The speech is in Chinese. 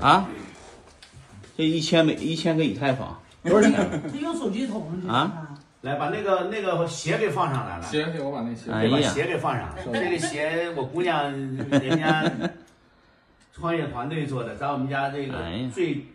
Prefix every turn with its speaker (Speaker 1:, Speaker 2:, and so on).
Speaker 1: 啊，这一千美一千个以太坊
Speaker 2: 不是，
Speaker 3: 这用手机捅上去
Speaker 1: 啊
Speaker 2: 来把那个那个鞋给放上来了，
Speaker 4: 鞋给我把那鞋，
Speaker 1: 哎
Speaker 2: 得把
Speaker 1: 呀
Speaker 2: 鞋给放上来。
Speaker 4: 是
Speaker 2: 这个鞋我姑娘人家创业团队做的，在我们家这个
Speaker 1: 哎呀
Speaker 2: 最